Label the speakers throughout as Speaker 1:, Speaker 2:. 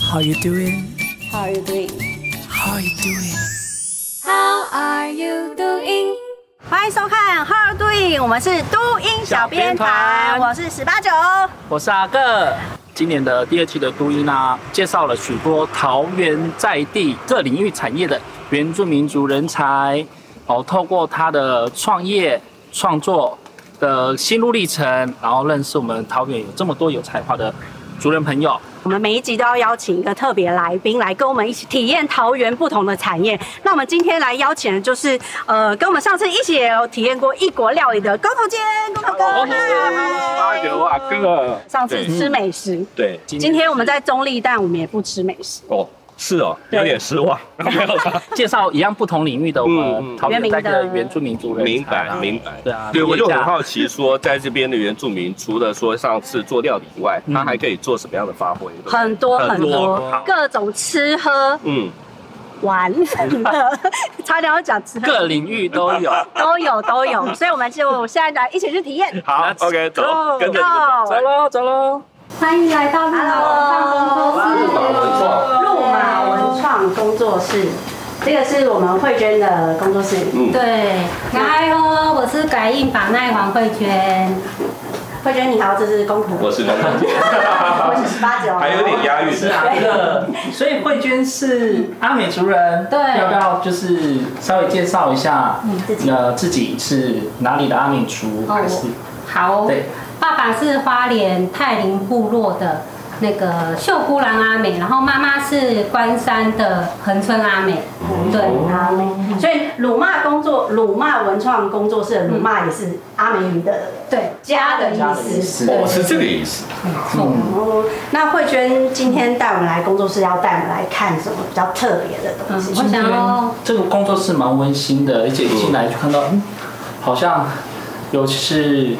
Speaker 1: How you doing?
Speaker 2: How are you doing?
Speaker 1: How you doing?
Speaker 2: How are you doing?
Speaker 3: 欢迎收看《号对应》，我们是都音小
Speaker 4: 小
Speaker 3: 编
Speaker 4: 编
Speaker 3: 团，
Speaker 4: 团
Speaker 3: 我是十八九。
Speaker 4: 我是阿个。今年的第二期的都音呢，介绍了许多桃园在地各领域产业的原住民族人才，哦，透过他的创业创作的心路历程，然后认识我们桃园有这么多有才华的族人朋友。
Speaker 3: 我们每一集都要邀请一个特别来宾来跟我们一起体验桃园不同的产业。那我们今天来邀请的就是，呃，跟我们上次一起也有体验过异国料理的高头坚，高头哥，哦
Speaker 5: 八九阿哥，
Speaker 3: 上次吃美食，
Speaker 5: 对
Speaker 3: 今天我们在中立，但我们也不吃美食。
Speaker 5: 哦，是哦，有点失望，没有啦，
Speaker 4: 介绍一样不同领域的我
Speaker 5: 嗯
Speaker 4: 们
Speaker 5: 嗯
Speaker 4: 桃园在地的
Speaker 3: 原民的
Speaker 4: 原住民族人才
Speaker 5: 明
Speaker 4: 啊
Speaker 5: 白明白，
Speaker 4: 对啊
Speaker 5: 对我就
Speaker 4: 你也
Speaker 5: 很
Speaker 4: 讲
Speaker 5: 好奇说，在这边的原住民，除了说上次做料理以外，他
Speaker 4: 嗯
Speaker 5: 还可以做什么样的发挥？对不对
Speaker 3: 很多很多
Speaker 5: 好
Speaker 3: 各种吃喝
Speaker 5: 嗯，
Speaker 3: 玩乐，差点要讲吃喝
Speaker 4: 各领域都有。
Speaker 3: 都有都有，所以我们就现在来一起去体验。哦
Speaker 5: 好
Speaker 4: Let's
Speaker 5: ，OK，走
Speaker 3: go，，
Speaker 5: 跟着你们
Speaker 3: go
Speaker 5: 走
Speaker 4: 走喽走喽，
Speaker 2: 欢迎来到
Speaker 3: Hello，路马文创工作室，这个是我们慧娟的工作室。
Speaker 5: 嗯，
Speaker 2: 对，来哦，我是改印法奈黄慧娟。
Speaker 3: 慧娟你好，这是公婆，
Speaker 5: 我是龙 凤姐，
Speaker 3: 我是十八九，
Speaker 5: 还有点押韵
Speaker 4: 是阿乐，所以慧娟是阿美族人，
Speaker 2: 对
Speaker 4: 要不要就是稍微介绍一下，
Speaker 3: 嗯
Speaker 2: 自己
Speaker 4: 呃，自己是哪里的阿美族，
Speaker 2: 哦
Speaker 4: 还是
Speaker 3: 哦
Speaker 2: 好，
Speaker 4: 对，
Speaker 2: 爸爸是花莲泰林部落的那个秀姑兰阿美，然后妈妈是关山的恒春阿美。对，
Speaker 3: 阿美，所以鲁骂工作，鲁骂文创工作室的鲁骂也是阿美语
Speaker 4: 嗯
Speaker 3: 的
Speaker 2: 对，
Speaker 3: 家的
Speaker 4: 家
Speaker 3: 意
Speaker 4: 的意
Speaker 3: 思。
Speaker 4: 思？
Speaker 5: 哦，是这个意思。
Speaker 4: 嗯
Speaker 3: 哦，那慧娟今天带我们来工作室，要带我们来看什么比较特别的东西？
Speaker 2: 嗯我想
Speaker 3: 哦
Speaker 2: 要
Speaker 4: 这个工作室蛮温馨的，而且一进来就看到，嗯，好像尤其是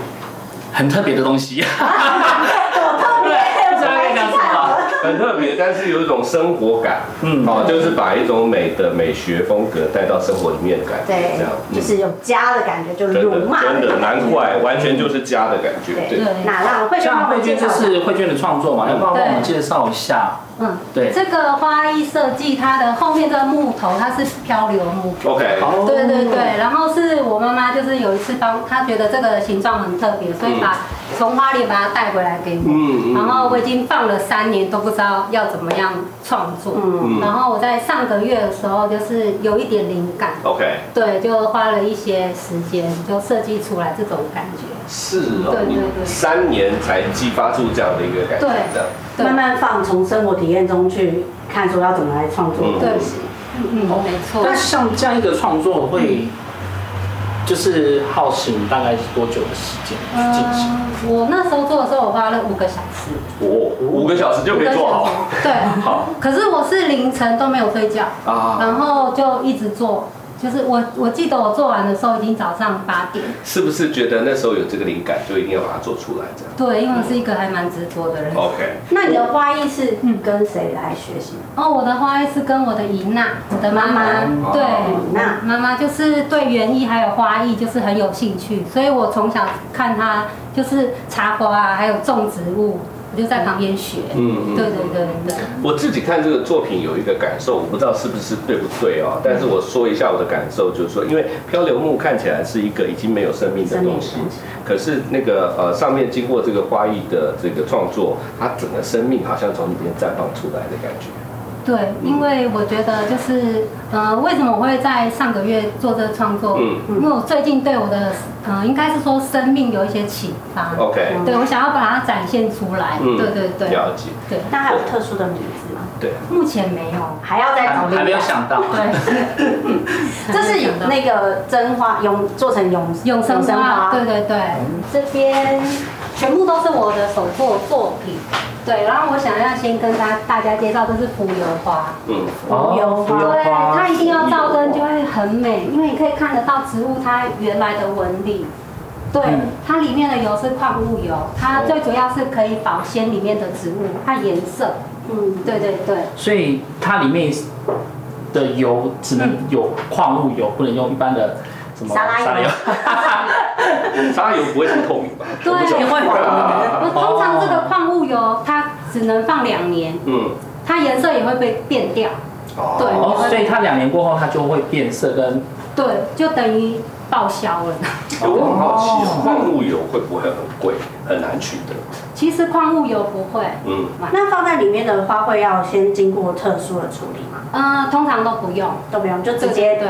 Speaker 4: 很特别的 东西，
Speaker 3: 我特别，
Speaker 4: 不知道该讲什么，
Speaker 5: 很特别，但是有一种生活感，
Speaker 4: 嗯
Speaker 5: 哦，就是把一种美的美学风格带到生活里面的感觉，
Speaker 3: 对
Speaker 5: 这样，，嗯
Speaker 3: 就是有家的感觉，就是
Speaker 5: 真
Speaker 3: 鲁
Speaker 5: 的
Speaker 3: 骂
Speaker 5: 真的，难怪，完全就是家的感觉，
Speaker 3: 对
Speaker 5: 对。
Speaker 3: 那让慧娟
Speaker 4: 像
Speaker 3: 帮我
Speaker 4: 慧
Speaker 3: 们介
Speaker 4: 娟这
Speaker 3: 绍一下。
Speaker 4: 是慧娟的创作嘛，要不要帮我们介绍一下？
Speaker 2: 嗯，
Speaker 4: 对
Speaker 2: 这个花艺设计，它的后面这个木头，它是漂流木。
Speaker 5: OK，
Speaker 4: 哦
Speaker 2: 对对对，然后是我妈妈，就是有一次帮她觉得这个形状很特别，所以把从花莲把它带回来给我。
Speaker 5: 嗯嗯
Speaker 2: 然后我已经放了三年，都不知道要怎么样创作。
Speaker 5: 嗯
Speaker 3: 嗯
Speaker 2: 然后我在上个月的时候，就是有一点灵感，
Speaker 5: OK，
Speaker 2: 对，就花了一些时间，就设计出来这种感觉。
Speaker 5: 是
Speaker 2: 对
Speaker 5: 哦，
Speaker 2: 对对
Speaker 5: 你三年才激发出这样的一个感觉，
Speaker 2: 对
Speaker 5: 这样
Speaker 2: 对
Speaker 3: 慢慢放，从生活体验中去看，说要怎么来创作
Speaker 5: 嗯
Speaker 3: 东
Speaker 2: 对
Speaker 3: 西。
Speaker 2: 嗯，没错。
Speaker 4: 那像这样一个创作会，就是耗时你大概是多久的时间去进行？
Speaker 2: 嗯，我那时候做的时候，我花了五个小时。
Speaker 5: 哦，五个小时就可以做啊好，
Speaker 2: 对，
Speaker 5: 好
Speaker 2: 可是我是凌晨都没有睡觉，
Speaker 5: 啊，
Speaker 2: 然后就一直做，就是我我记得我做完的时候已经早上八点。
Speaker 5: 是不是觉得那时候有这个灵感，就一定要把它做出来这样
Speaker 2: 对，因为我是一个还蛮执着的人。哦，
Speaker 5: ？OK，
Speaker 3: 那你的花艺是跟谁来学习？
Speaker 2: 哦我的花艺是跟我的姨娜，我的妈妈，
Speaker 5: 哦
Speaker 2: 对
Speaker 5: 姨，
Speaker 3: 娜
Speaker 2: 妈妈就是对园艺还有花艺就是很有兴趣，所以我从小看她就是插花啊，还有种植物，我就在旁边学。
Speaker 5: 嗯嗯
Speaker 2: 对对对对。
Speaker 5: 我自己看这个作品有一个感受，我不知道是不是对不对哦，但是我说一下我的感受，就是说，因为漂流木看起来是一个已经没有生命的
Speaker 3: 生命
Speaker 5: 东西，可是那个呃上面经过这个花艺的这个创作，它整个生命好像从里面绽放出来的感觉。
Speaker 2: 对，因为我觉得就是，呃，为什么我会在上个月做这个创作？
Speaker 5: 嗯
Speaker 2: 因为我最近对我的，呃，应该是说生命有一些启发。
Speaker 5: OK，
Speaker 2: 对，我想要把它展现出来。
Speaker 5: 嗯
Speaker 2: 对对对。
Speaker 5: 了解，
Speaker 2: 对，
Speaker 3: 那还有特殊的名字吗？
Speaker 5: 对。
Speaker 2: 目前没有。
Speaker 3: 还要再找
Speaker 4: 还
Speaker 3: 另
Speaker 4: 还
Speaker 3: 外
Speaker 4: 没有。想到，
Speaker 2: 对。
Speaker 3: 这是有那个真花永做成永
Speaker 2: 永生花，对对对，这边全部都是我的手作作品。对，然后我想要先跟大大家介绍，这是浮游花。
Speaker 5: 嗯，
Speaker 4: 哦
Speaker 3: 浮游花
Speaker 4: 浮游
Speaker 2: 对，
Speaker 4: 花
Speaker 2: 它一定要照灯就会很美，因为你可以看得到植物它原来的纹理。对
Speaker 4: 嗯，
Speaker 2: 它里面的油是矿物油，它最主要是可以保鲜里面的植物，它颜色。
Speaker 3: 嗯，
Speaker 2: 对对对，
Speaker 4: 所以它里面的油只能有矿物油，不能用一般的什么
Speaker 3: 沙拉油
Speaker 4: 油。
Speaker 5: 沙油不会不透明吧？
Speaker 2: 对，
Speaker 5: 我不知道
Speaker 2: 我通常这个矿物油它只能放两年，
Speaker 5: 嗯，
Speaker 2: 它颜色也会被变掉。
Speaker 5: 哦，
Speaker 4: 哦，所以它两年过后它就会变色跟
Speaker 2: 对，就等于报销了。
Speaker 5: 对，我很好奇哦，矿物油会不会很贵，很难取得？
Speaker 2: 其实矿物油不会，
Speaker 5: 嗯，
Speaker 3: 那放在里面的花卉要先经过特殊的处理吗？
Speaker 2: 呃，通常都不用，
Speaker 3: 都不用，就直接
Speaker 2: 对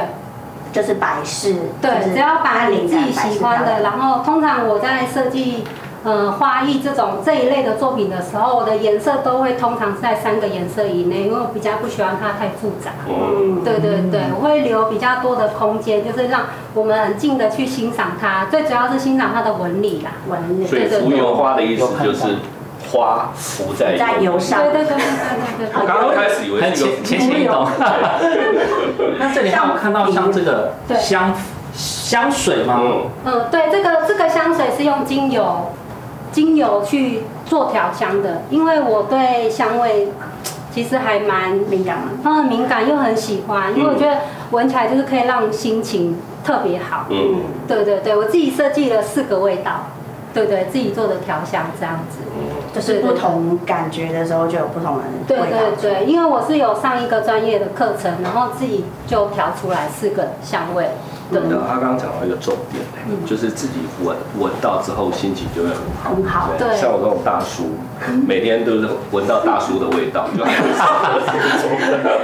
Speaker 3: 就是摆饰，就
Speaker 2: 对，
Speaker 3: 是
Speaker 2: 只要把你自己
Speaker 3: 摆饰
Speaker 2: 喜欢
Speaker 3: 上
Speaker 2: 的，然后通常我在设计。呃，花艺这种这一类的作品的时候，我的颜色都会通常是在三个颜色以内，因为我比较不喜欢它太复杂。
Speaker 5: 嗯，
Speaker 2: 对对对，我会留比较多的空间，就是让我们很近的去欣赏它。最主要是欣赏它的纹理啦。
Speaker 3: 纹
Speaker 5: 所以
Speaker 3: 理，
Speaker 5: 浮游花的意思就是花浮在
Speaker 3: 在油上
Speaker 2: 对对对对对对
Speaker 5: 我
Speaker 2: 对。
Speaker 5: 刚刚开始以为
Speaker 4: 很
Speaker 5: 是一
Speaker 4: 浅
Speaker 5: 个
Speaker 4: 浅显易懂。那这里还有看到像这个
Speaker 2: 对
Speaker 4: 香香水吗？
Speaker 5: 嗯，
Speaker 2: 嗯，对，这个这个香水是用精油，精油去做调香的，因为我对香味其实还蛮
Speaker 3: 敏感吗？
Speaker 2: 嗯敏感又很喜欢，因为我觉得闻起来就是可以让心情特别好。
Speaker 5: 嗯，
Speaker 2: 对对对，我自己设计了四个味道，对对，自己做的调香这样子。
Speaker 3: 就是不同感觉的时候就有不同的
Speaker 2: 对
Speaker 3: 味道
Speaker 2: 对。对，因为我是有上一个专业的课程，然后自己就调出来四个香味。对，
Speaker 5: 然后他刚刚讲到一个重点，就是自己闻闻到之后心情就会很好。
Speaker 3: 很好，
Speaker 2: 对
Speaker 5: 像我这种大叔，每天都是闻到大叔的味道，就很爽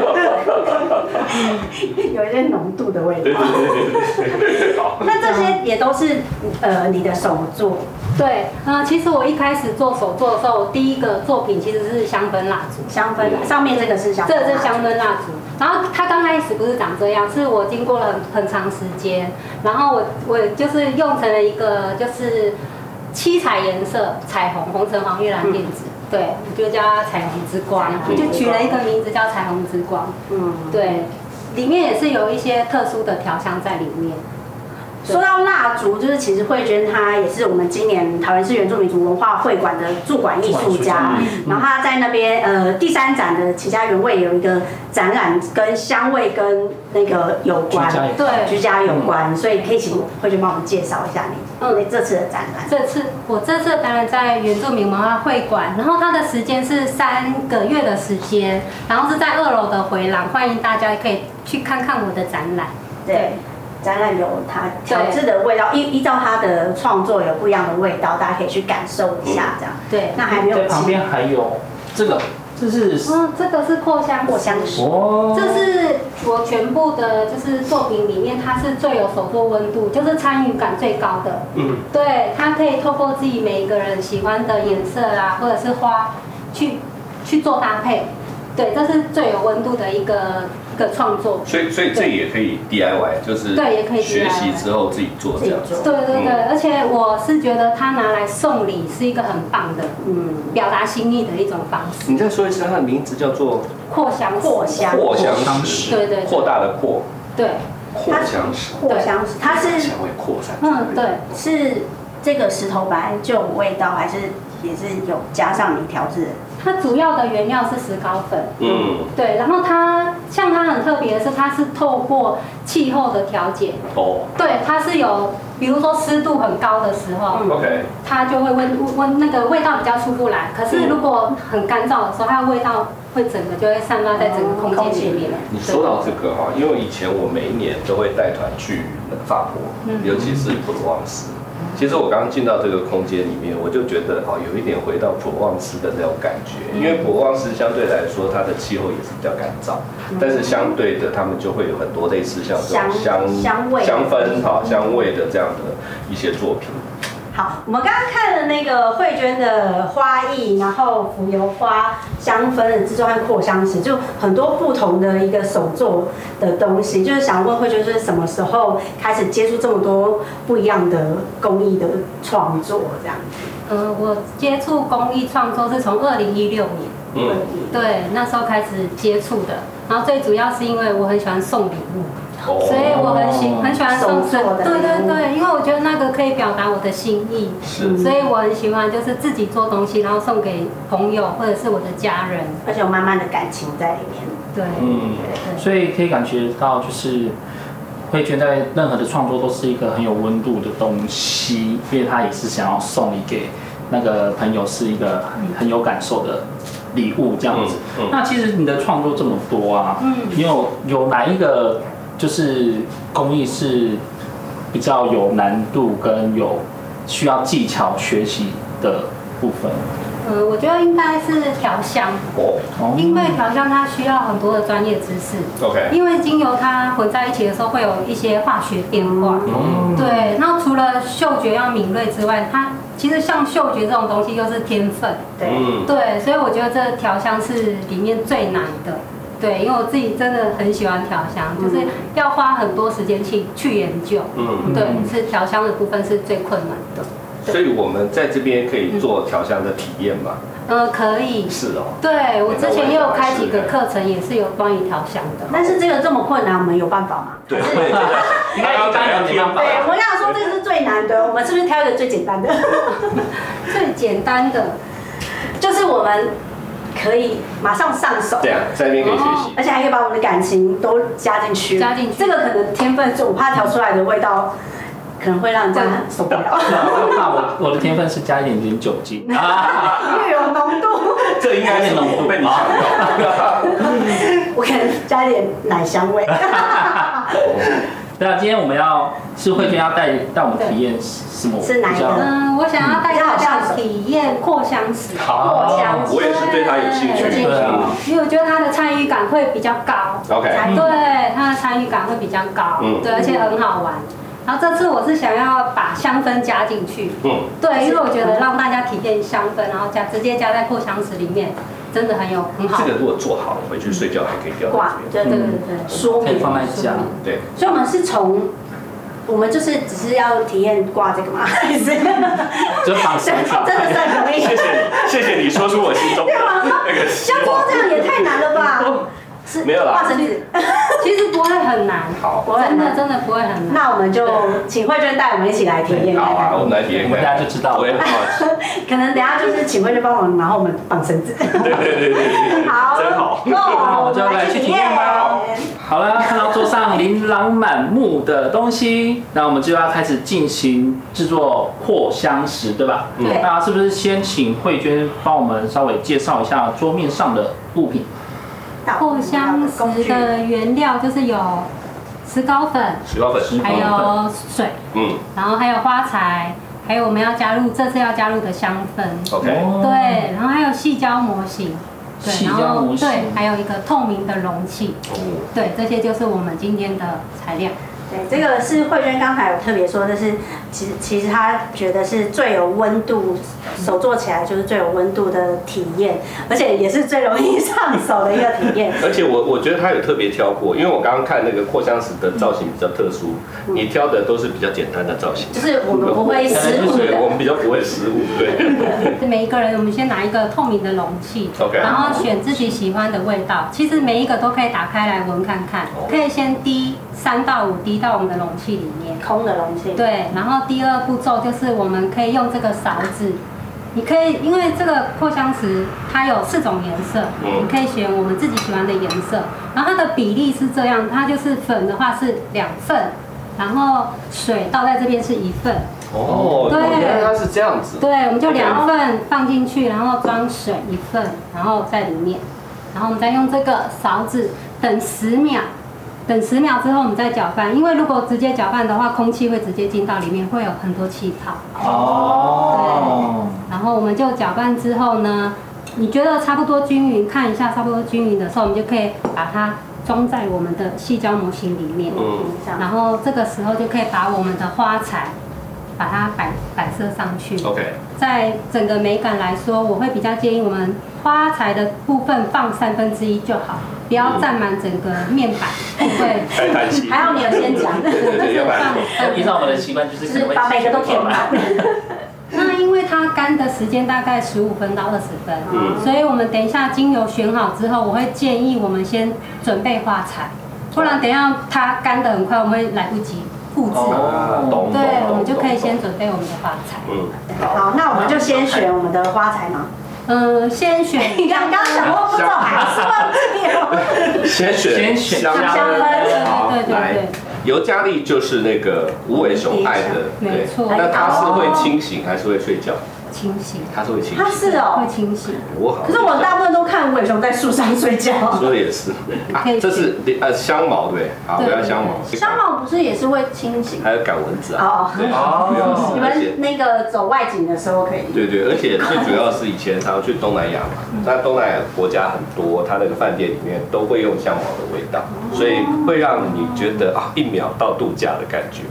Speaker 3: 有一些浓度的味
Speaker 5: 对对
Speaker 3: 道。
Speaker 5: 对对对对，好。
Speaker 3: 那这些也都是呃你的手作，
Speaker 2: 对，呃，其实我一开始做手作的时候，我第一个作品其实是香氛蜡烛，
Speaker 3: 香氛啊上面这个是香，
Speaker 2: 这个是香氛蜡烛。然后它刚开始不是长这样，是我经过了很很长时间，然后我我就是用成了一个就是七彩颜色，彩虹、红橙黄绿蓝靛紫，对，我就叫它彩虹之光
Speaker 3: 彩，
Speaker 5: 嗯虹之
Speaker 2: 就
Speaker 5: 光
Speaker 2: 取了一个名字叫彩虹之光。
Speaker 3: 嗯。
Speaker 2: 对，里面也是有一些特殊的调香在里面。
Speaker 3: 说到蜡烛，就是其实慧娟她也是我们今年桃园市原住民族文化会馆的驻馆艺术家，嗯然后她在那边呃第三展的齐家原味有一个展览跟香味跟那个有
Speaker 4: 居
Speaker 3: 关，
Speaker 4: 家也
Speaker 2: 对
Speaker 3: 居家有关，所以可以请慧娟帮我们介绍一下你嗯这次的展览。
Speaker 2: 这次我这次当然在原住民文化会馆，然后它的时间是三个月的时间，然后是在二楼的回廊，欢迎大家可以去看看我的展览。
Speaker 3: 对，展览有它调制的味道，依依照它的创作有不一样的味道，大家可以去感受一下这样。
Speaker 2: 对，
Speaker 3: 那还没有
Speaker 4: 在旁
Speaker 3: 吃
Speaker 4: 边还有这个，这是
Speaker 2: 嗯，这个是扩香
Speaker 3: 过香石，
Speaker 4: 哦，
Speaker 2: 这是我全部的，就是作品里面，它是最有手作温度，就是参与感最高的。
Speaker 5: 嗯，
Speaker 2: 对，它可以透过自己每一个人喜欢的颜色啊，或者是花，去去做搭配。对，这是最有温度的一个一个创作。
Speaker 5: 所以所以这也可以 DIY，就是
Speaker 2: 对也可以 DIY
Speaker 5: 学习之后自己做这样子。
Speaker 3: 自己
Speaker 2: 对对对，而且我是觉得它拿来送礼是一个很棒的
Speaker 3: 嗯，
Speaker 2: 表达心意的一种方式。
Speaker 5: 你再说一次，它的名字叫做
Speaker 2: 扩香，
Speaker 3: 扩香
Speaker 5: 扩香
Speaker 4: 香
Speaker 5: 石，
Speaker 4: 石
Speaker 2: 对对对
Speaker 5: 扩大的扩，
Speaker 2: 对，
Speaker 5: 扩香石，
Speaker 3: 过香石，它是
Speaker 5: 香味扩散。
Speaker 2: 嗯对。
Speaker 3: 是这个石头本来就有味道，还是也是有加上你调制的？
Speaker 2: 它主要的原料是石膏粉。
Speaker 5: 嗯，
Speaker 2: 对，然后它像它很特别的是，它是透过气候的调节，
Speaker 5: 哦
Speaker 2: 对，它是有，比如说湿度很高的时候，
Speaker 5: ，OK，
Speaker 2: 它就会温温那个味道比较出不来。可是如果很干燥的时候，它的味道会整个就会散发在整个空间里面。
Speaker 5: 你说到这个哈，因为以前我每一年都会带团去那个法国，
Speaker 2: 嗯
Speaker 5: 尤其是普罗旺斯。其实我刚进到这个空间里面，我就觉得哦，有一点回到普罗旺斯的那种感觉，因为普罗旺斯相对来说它的气候也是比较干燥，但是相对的他们就会有很多类似像这种
Speaker 3: 香香味
Speaker 5: 香氛哈香味的这样的一些作品。
Speaker 3: 好，我们刚刚看了那个慧娟的花艺，然后浮游花、香氛的制作和扩香石，就很多不同的一个手作的东西。就是想问慧娟，是什么时候开始接触这么多不一样的工艺的创作？这样，
Speaker 2: 嗯、我接触工艺创作是从二零一六年，
Speaker 5: 嗯，
Speaker 2: 对，那时候开始接触的。然后最主要是因为我很喜欢送礼物，
Speaker 5: 哦
Speaker 2: 所以我很喜很喜欢送
Speaker 3: 手做的
Speaker 2: 对对对，因为我觉得那个可以表达我的心意，
Speaker 5: 是
Speaker 2: 所以我很喜欢就是自己做东西，然后送给朋友或者是我的家人。
Speaker 3: 而且有慢慢的感情在里面。
Speaker 2: 对，
Speaker 5: 嗯，
Speaker 4: 所以可以感觉到就是。慧娟在任何的创作都是一个很有温度的东西，因为她也是想要送礼给那个朋友，是一个很有感受的礼物这样子。
Speaker 5: 嗯嗯
Speaker 4: 那其实你的创作这么多啊，
Speaker 2: 嗯
Speaker 4: 你有有哪一个就是工艺是比较有难度跟有需要技巧学习的部分？
Speaker 2: 呃，我觉得应该是调香，
Speaker 5: 哦
Speaker 4: 哦
Speaker 2: 因为调香它需要很多的专业知识，
Speaker 5: ，OK，
Speaker 2: 因为精油它混在一起的时候会有一些化学变化。
Speaker 5: 嗯，
Speaker 2: 对，那除了嗅觉要敏锐之外，它其实像嗅觉这种东西又是天分。
Speaker 3: 对，
Speaker 5: 嗯，
Speaker 2: 对，所以我觉得这调香是里面最难的。对，因为我自己真的很喜欢调香，
Speaker 3: 嗯
Speaker 2: 就是要花很多时间去去研究。
Speaker 5: 嗯，
Speaker 2: 对，是调香的部分是最困难的。
Speaker 5: 所以我们在这边可以做调香的体验嘛？
Speaker 2: 呃，可以。
Speaker 5: 是哦，
Speaker 2: 对我之前也有开几个课程，也是有关于调香的。
Speaker 3: 但是这个这么困难，我们有办法吗？
Speaker 5: 对，对，这个
Speaker 4: 应该一般人没办法
Speaker 3: 对，我们刚刚说这个是最难的，我们是不是挑一个最简单的？
Speaker 2: 最简单的，
Speaker 3: 就是我们可以马上上手，
Speaker 4: 啊
Speaker 5: 这样啊在那边可以学习，
Speaker 3: 而且还可以把我们的感情都加进去，
Speaker 2: 加进去
Speaker 3: 这个可能天分，就我怕调出来的味道，可能会让人家受不了，
Speaker 4: 那我我的天分是加一点点酒精 啊，
Speaker 3: 因为有浓度，
Speaker 5: 这应该是我被你想到。
Speaker 3: 我可能加一点奶香 味。
Speaker 4: 对啊，今天我们要是慧娟要带带我们体验什么？
Speaker 3: 是哪一个
Speaker 2: 嗯，我想要带大家体验扩香石。
Speaker 5: 好
Speaker 3: 扩香
Speaker 5: 我也是对他有兴
Speaker 2: 有
Speaker 5: 趣
Speaker 2: 兴。
Speaker 4: 对啊，
Speaker 2: 因为我觉得它的参与感会比较高。
Speaker 5: 啊 OK，
Speaker 2: 对，它的参与感会比较高，
Speaker 5: 嗯
Speaker 2: 对，而且很好玩。然后这次我是想要把香氛加进去，
Speaker 5: 嗯，
Speaker 2: 对，因为我觉得让大家体验香氛，然后加直接加在扩香石里面，真的很有很好
Speaker 5: 这。个如果做好，回去睡觉还可以掉在
Speaker 3: 挂
Speaker 5: 这，边。
Speaker 3: 对对对对，说
Speaker 4: 可以
Speaker 3: 明。
Speaker 4: 放在 家。
Speaker 5: 对，
Speaker 3: 所以我们是从，我们就是只是要体验挂这个吗？还是真
Speaker 4: 就绑绳子
Speaker 3: 真的是很容易？
Speaker 5: 谢谢你，谢谢你说出我心中的
Speaker 3: 对吗？
Speaker 5: 那个希
Speaker 3: 像
Speaker 5: 望。
Speaker 3: 这样也太难了吧？是
Speaker 5: 没有啦
Speaker 3: 挂绳子。
Speaker 2: 其实不会很难，
Speaker 5: 好，
Speaker 3: 我
Speaker 2: 真
Speaker 3: 很
Speaker 2: 的
Speaker 3: 难。
Speaker 2: 真的不会很难。
Speaker 3: 那我们就请慧娟带我们一起来体验看
Speaker 5: 好啊，
Speaker 3: 看。
Speaker 5: 我们来体验
Speaker 4: 我们
Speaker 5: 看
Speaker 4: 大
Speaker 5: 看，
Speaker 4: 家就知道了
Speaker 5: 我也很 好奇，
Speaker 3: 可能等一下就是请慧娟帮忙，然后我们绑 绳子。
Speaker 5: 对对对对对，
Speaker 3: 好，
Speaker 5: 真好。
Speaker 3: 那
Speaker 4: 那
Speaker 3: 我
Speaker 4: 我就
Speaker 3: 们
Speaker 4: 来
Speaker 3: 来
Speaker 4: 去
Speaker 3: 去
Speaker 4: 体
Speaker 3: 体
Speaker 4: 验
Speaker 3: 验
Speaker 4: 吧
Speaker 3: 吧。。
Speaker 4: 好了，看到桌上琳琅满目的东西，那我们就要开始进行制作扩香石，对吧？
Speaker 3: 对
Speaker 4: 那是不是先请慧娟帮我们稍微介绍一下桌面上的物品？
Speaker 2: 扩香石的原料就是有石膏粉，
Speaker 5: 石膏粉，
Speaker 2: 还有水，
Speaker 5: 嗯
Speaker 2: 然后还有花材，还有我们要加入这次要加入的香氛。
Speaker 5: ，OK，
Speaker 4: 哦，
Speaker 2: 对，然后还有细胶模型，对，
Speaker 4: 细
Speaker 2: 然
Speaker 4: 胶
Speaker 2: 后
Speaker 4: 模型
Speaker 2: 对，还有一个透明的容器，
Speaker 5: 哦，
Speaker 2: 对，这些就是我们今天的材料。
Speaker 3: 对，这个是慧娟刚才有特别说，的是其实其实她觉得是最有温度，手做起来就是最有温度的体验，而且也是最容易上手的一个体 验。
Speaker 5: 而且我我觉得他有特别挑过，因为我刚刚看那个扩香石的造型比较特殊，你挑的都是比较简单的造型，
Speaker 3: 就是我们不会失误
Speaker 5: 对，我
Speaker 3: 的，
Speaker 5: 们比较不会失误， 对，
Speaker 2: 每一个人，我们先拿一个透明的容器
Speaker 5: OK
Speaker 2: 然后选自己喜欢的味道。其实每一个都可以打开来闻看看
Speaker 5: 哦，
Speaker 2: 可以先滴三到五滴到我们的容器里面。
Speaker 3: 空的容器。
Speaker 2: 对，然后第二步骤就是我们可以用这个勺子，你可以因为这个扩香石它有四种颜色，
Speaker 5: 嗯
Speaker 2: 你可以选我们自己喜欢的颜色。然后它的比例是这样，它就是粉的话是两份，然后水倒在这边是一份，
Speaker 5: 哦，
Speaker 2: 对
Speaker 5: 原来它是这样子，
Speaker 2: 对，我们就两份放进去，然后装水一份，然后在里面，然后我们再用这个勺子等十秒，等十秒之后我们再搅拌，因为如果直接搅拌的话，空气会直接进到里面，会有很多气泡。
Speaker 4: 哦，
Speaker 2: 然后我们就搅拌之后呢，你觉得差不多均匀，看一下差不多均匀的时候，我们就可以把它装在我们的细胶模型里面。
Speaker 5: 嗯，
Speaker 3: 这样
Speaker 2: 然后这个时候就可以把我们的花材把它摆摆设上去。
Speaker 5: ，OK，
Speaker 2: 在整个美感来说，我会比较建议我们花材的部分放三分之一就好，不要占满整个面板。对，
Speaker 5: 嗯太贪心，
Speaker 3: 还好你有先讲
Speaker 5: 对对对，要不然
Speaker 4: 依照我们的习惯就是
Speaker 3: 就
Speaker 4: 可
Speaker 3: 是
Speaker 4: 能会
Speaker 3: 把每个都填满。
Speaker 2: 那因为它干的时间大概十五分到二十分，
Speaker 5: 嗯
Speaker 2: 所以我们等一下精油选好之后，我会建议我们先准备花材，不然等一下它干的很快，我们会来不及布置。
Speaker 5: 啊，懂懂懂，
Speaker 2: 哦对，我们就可以
Speaker 5: 懂
Speaker 2: 先，准备我们的花材。
Speaker 5: 嗯，好，
Speaker 3: 好，那我们就先选我们的花材嘛。
Speaker 2: 嗯，先选
Speaker 3: 哎你看，刚刚想过步骤还是忘记了。
Speaker 5: 先选
Speaker 4: 先选
Speaker 5: 香
Speaker 4: 香
Speaker 5: 氛
Speaker 3: 氛
Speaker 5: 好，
Speaker 2: 对对对
Speaker 5: 来
Speaker 2: 对。
Speaker 5: 尤加利就是那个无尾熊爱的，
Speaker 2: 没
Speaker 5: 对
Speaker 2: 错
Speaker 5: 那它是会清醒还是会睡觉？
Speaker 2: 清醒，
Speaker 5: 它是会清
Speaker 3: 它
Speaker 5: 醒。
Speaker 3: 是哦
Speaker 2: 会，清醒。
Speaker 5: 我好像
Speaker 3: 可是我大部分都看伟雄在树上睡觉。
Speaker 5: 说的也是啊
Speaker 2: 可以，
Speaker 5: 这是呃香茅对，好，
Speaker 2: 对
Speaker 5: 不要香茅，
Speaker 3: 香茅不是也是会清醒？
Speaker 5: 还有赶蚊子啊，
Speaker 3: 哦，
Speaker 5: 对，不要
Speaker 4: 哦
Speaker 3: 你
Speaker 5: 死，而且
Speaker 3: 们那个走外景的时候可以。
Speaker 5: 对对，而且最主要是以前常去东南亚嘛，那东南亚国家很多，它那个饭店里面都会用香茅的味道，所以会让你觉得啊一秒到度假的感觉。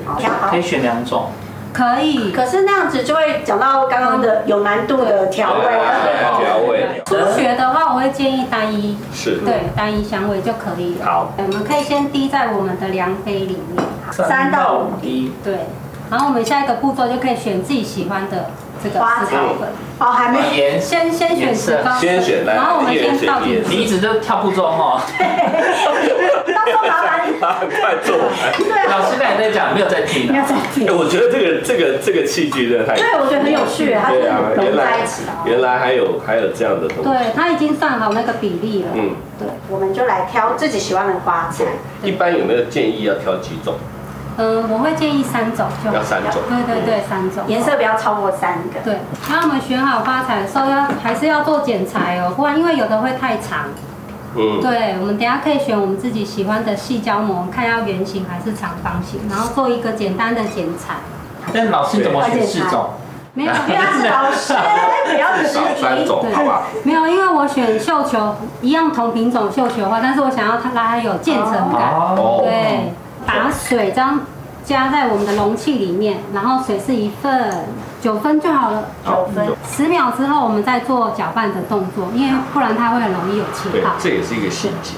Speaker 4: 可以选两种，
Speaker 2: 可以，
Speaker 3: 可是那样子就会讲到刚刚的有难度的调味了。
Speaker 5: 对调味
Speaker 2: 初学的话，我会建议单一，
Speaker 5: 是，
Speaker 2: 对，单一香味就可以了。
Speaker 5: 嗯好，
Speaker 2: 我们可以先滴在我们的量杯里面，
Speaker 3: 三到五
Speaker 4: 滴，
Speaker 2: 对。然后我们下一个步骤就可以选自己喜欢的这个
Speaker 3: 花
Speaker 2: 石膏
Speaker 5: 草
Speaker 2: 粉，
Speaker 3: 哦，还没
Speaker 4: 颜色，
Speaker 2: 先先选
Speaker 4: 颜
Speaker 2: 石
Speaker 4: 色
Speaker 2: 膏粉，
Speaker 5: 先选来
Speaker 2: 然后我们
Speaker 5: 一人
Speaker 2: 先
Speaker 5: 选
Speaker 2: 倒
Speaker 5: 一
Speaker 2: 进
Speaker 5: 人
Speaker 2: 去。
Speaker 4: 你一直就跳步哦骤 哈，
Speaker 3: 到时候麻烦你。啊
Speaker 5: 啊，快做完。
Speaker 4: 老师刚才在讲，没有在听
Speaker 3: 不
Speaker 4: 啊
Speaker 3: 要再
Speaker 5: 哎
Speaker 3: 听，
Speaker 5: 我觉得这个这个这个器具真的太。
Speaker 3: 对，我觉得很有趣，它
Speaker 5: 对
Speaker 3: 是
Speaker 5: 啊，
Speaker 3: 融
Speaker 5: 原
Speaker 3: 在
Speaker 5: 来
Speaker 3: 一起的哦。
Speaker 5: 原来还有还有这样的东西。
Speaker 2: 对，它已经算好那个比例了。
Speaker 5: 嗯，
Speaker 2: 对，
Speaker 3: 我们就来挑自己喜欢的花材
Speaker 5: 对。，一般有没有建议要挑几种？
Speaker 2: 嗯，我会建议三种就好。
Speaker 5: 要三种
Speaker 2: 对对对，三种
Speaker 3: 颜。色不要超过三个。
Speaker 2: 对，然后我们选好花材的时候要还是要做剪裁哦，不然因为有的会太长。
Speaker 5: 嗯，
Speaker 2: 对，我们等一下可以选我们自己喜欢的细胶膜，看要圆形还是长方形，然后做一个简单的剪裁。
Speaker 4: 但老师怎么选四种？
Speaker 2: 没有，
Speaker 3: 不要 是老师，不要只是
Speaker 5: 少三种，好吧？
Speaker 2: 没有，因为我选绣球一样同品种绣球花，但是我想要它让它有渐层感。
Speaker 4: 啊
Speaker 5: 哦
Speaker 2: 对，把水这样加在我们的容器里面，然后水是一份九分就好了。
Speaker 3: 九分。
Speaker 5: 嗯
Speaker 2: 十秒之后，我们再做搅拌的动作，因为不然它会很容易有气
Speaker 5: 对
Speaker 2: 泡，。
Speaker 5: 这也是一个细节。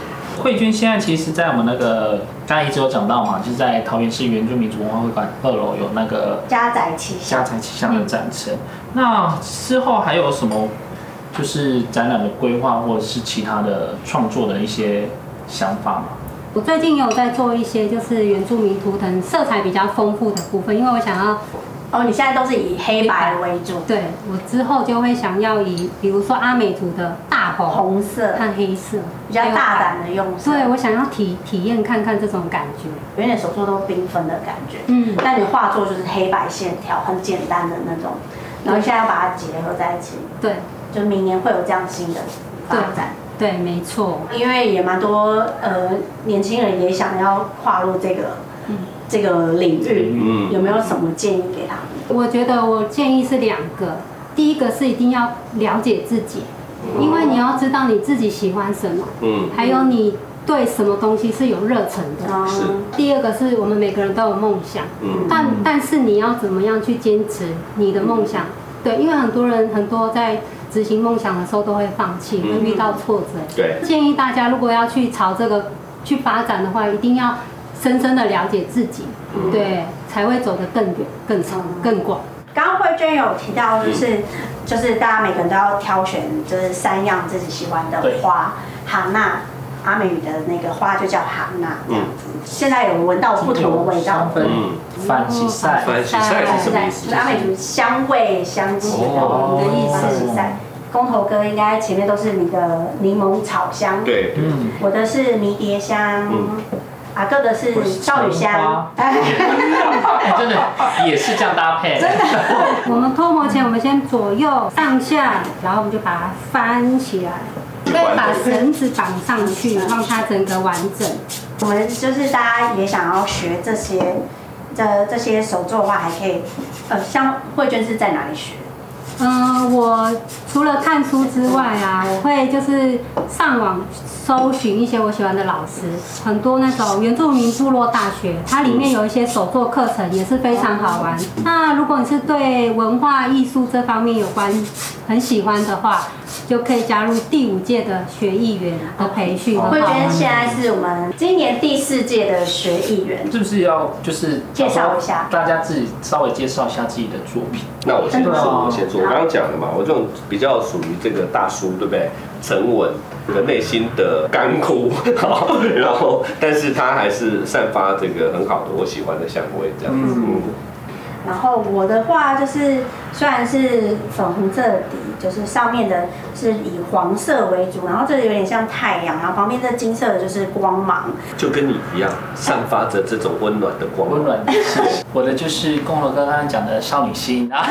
Speaker 4: 慧君现在其实，在我们那个刚才一直有讲到嘛，就是在桃园市原住民族文化会馆二楼有那个
Speaker 3: 加载旗下
Speaker 4: 家财气象的展陈。那之后还有什么就是展览的规划，或者是其他的创作的一些想法吗？
Speaker 2: 我最近有在做一些就是原住民图腾色彩比较丰富的部分，因为我想要
Speaker 3: 哦，你现在都是以黑白为主，
Speaker 2: 对我之后就会想要以比如说阿美族的大红
Speaker 3: 红色
Speaker 2: 和黑色
Speaker 3: 比较大，胆的用色，
Speaker 2: 所以我想要体体验看看这种感觉。
Speaker 3: 有点手作都缤纷的感觉。
Speaker 2: 嗯
Speaker 3: 但你画作就是黑白线条，很简单的那种，然后现在要把它结合在一起，
Speaker 2: 对
Speaker 3: 就明年会有这样新的发展。
Speaker 2: 对，没错。
Speaker 3: 因为也蛮多呃年轻人也想要跨入这个、这个领域，
Speaker 5: 嗯
Speaker 3: 有没有什么建议给他们？
Speaker 2: 我觉得我建议是两个，第一个是一定要了解自己，因为你要知道你自己喜欢什么，
Speaker 5: 嗯，
Speaker 2: 还有你对什么东西是有热忱的。
Speaker 3: 哦
Speaker 5: 是
Speaker 2: 第二个是我们每个人都有梦想，
Speaker 5: 嗯
Speaker 2: 但但是你要怎么样去坚持你的梦想？对，因为很多人很多在执行梦想的时候都会放弃，会遇到挫折。
Speaker 5: 对，
Speaker 2: 建议大家如果要去朝这个去发展的话，一定要深深的了解自己，对，才会走得更远、更长、更广。
Speaker 3: 刚刚慧娟有提到，
Speaker 5: 嗯
Speaker 3: 就是、就是大家每个人都要挑选，就是三样自己喜欢的
Speaker 4: 对
Speaker 3: 花。哈娜，阿美语的那个花就叫哈娜，这样子。现在有闻到不同的味道
Speaker 4: 香，
Speaker 3: 嗯
Speaker 4: 氛
Speaker 5: 嗯，
Speaker 4: 反其赛，
Speaker 5: 番茄菜是什么意
Speaker 3: 就是
Speaker 5: 思？
Speaker 3: 阿美族香味香气的
Speaker 4: 哦
Speaker 3: 的意思在。公头哥应该前面都是你的柠檬草香，
Speaker 5: 对，对
Speaker 4: 嗯，
Speaker 3: 我的是迷迭香
Speaker 5: 嗯，
Speaker 3: 阿哥的是少女香，
Speaker 4: 哎 真的也是这样搭配，真的
Speaker 2: 我们脱模前，我们先左右上下，然后我们就把它翻起来，
Speaker 5: 你
Speaker 2: 再
Speaker 5: 玩
Speaker 2: 把
Speaker 5: 的
Speaker 2: 绳子绑上去，让它整个完整。
Speaker 3: 我们就是大家也想要学这些，这这些手作的话，还可以，呃，像慧娟是在哪里学？
Speaker 2: 嗯，我除了看书之外啊，我会就是上网搜寻一些我喜欢的老师，很多那种原住民部落大学，它里面有一些手作课程也是非常好玩。那如果你是对文化艺术这方面有关很喜欢的话，就可以加入第五届的学艺员的培训。
Speaker 3: 慧娟现在是我们今年第四届的学艺员，
Speaker 4: 是不是要就是
Speaker 3: 介绍一下
Speaker 4: 大家自己稍微介绍一下自己的作品？
Speaker 5: 那我先做，
Speaker 4: 对啊
Speaker 5: 我先做。我刚刚讲的嘛，我这种比较属于这个大叔，对不对？沉稳的内心的干枯， 好然后，但是他还是散发这个很好的我喜欢的香味，这样子。嗯
Speaker 4: 嗯，
Speaker 3: 然后我的话就是，虽然是粉红色的底，就是上面的是以黄色为主，然后这里有点像太阳，然后旁边这金色的就是光芒。
Speaker 5: 就跟你一样，散发着这种温暖的光。
Speaker 4: 温。暖的心，我的就是公罗哥刚刚讲的少女心啊，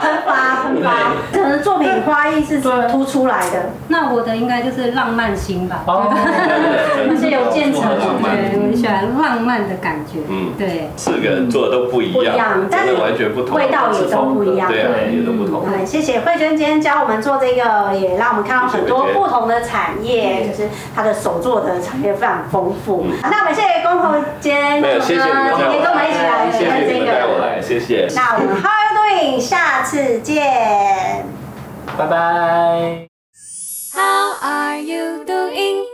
Speaker 3: 喷发分吧，可能作品花艺是
Speaker 4: 对
Speaker 3: 凸出来的。
Speaker 2: 那我的应该就是浪漫心吧，
Speaker 4: 哦
Speaker 2: 而且有建成，
Speaker 5: 浪漫
Speaker 2: 对，我喜欢浪漫的感觉，
Speaker 5: 哦嗯
Speaker 2: 对。
Speaker 5: 四个人做的都不一
Speaker 3: 不一
Speaker 5: 样，
Speaker 3: 样
Speaker 5: 真的完全不同，
Speaker 3: 味道也都不一样
Speaker 5: 对啊，也都不同。
Speaker 3: 对，谢谢慧娟今天教我们做这个，也让我们看到很多
Speaker 5: 谢谢慧娟
Speaker 3: 不同的产业，就是她的手做的产业非常丰富。
Speaker 5: 嗯
Speaker 3: 好那我们谢谢光头坚，
Speaker 5: 没有，谢谢你们
Speaker 3: 今
Speaker 5: 带
Speaker 3: 天跟我们一起
Speaker 5: 我
Speaker 3: 来
Speaker 5: 来，谢
Speaker 3: 看
Speaker 5: 谢你
Speaker 3: 这
Speaker 5: 们带我
Speaker 3: 个。
Speaker 5: 来，谢谢。
Speaker 3: 那我们 How you doing？下次见。
Speaker 4: 拜拜。
Speaker 6: How are you doing?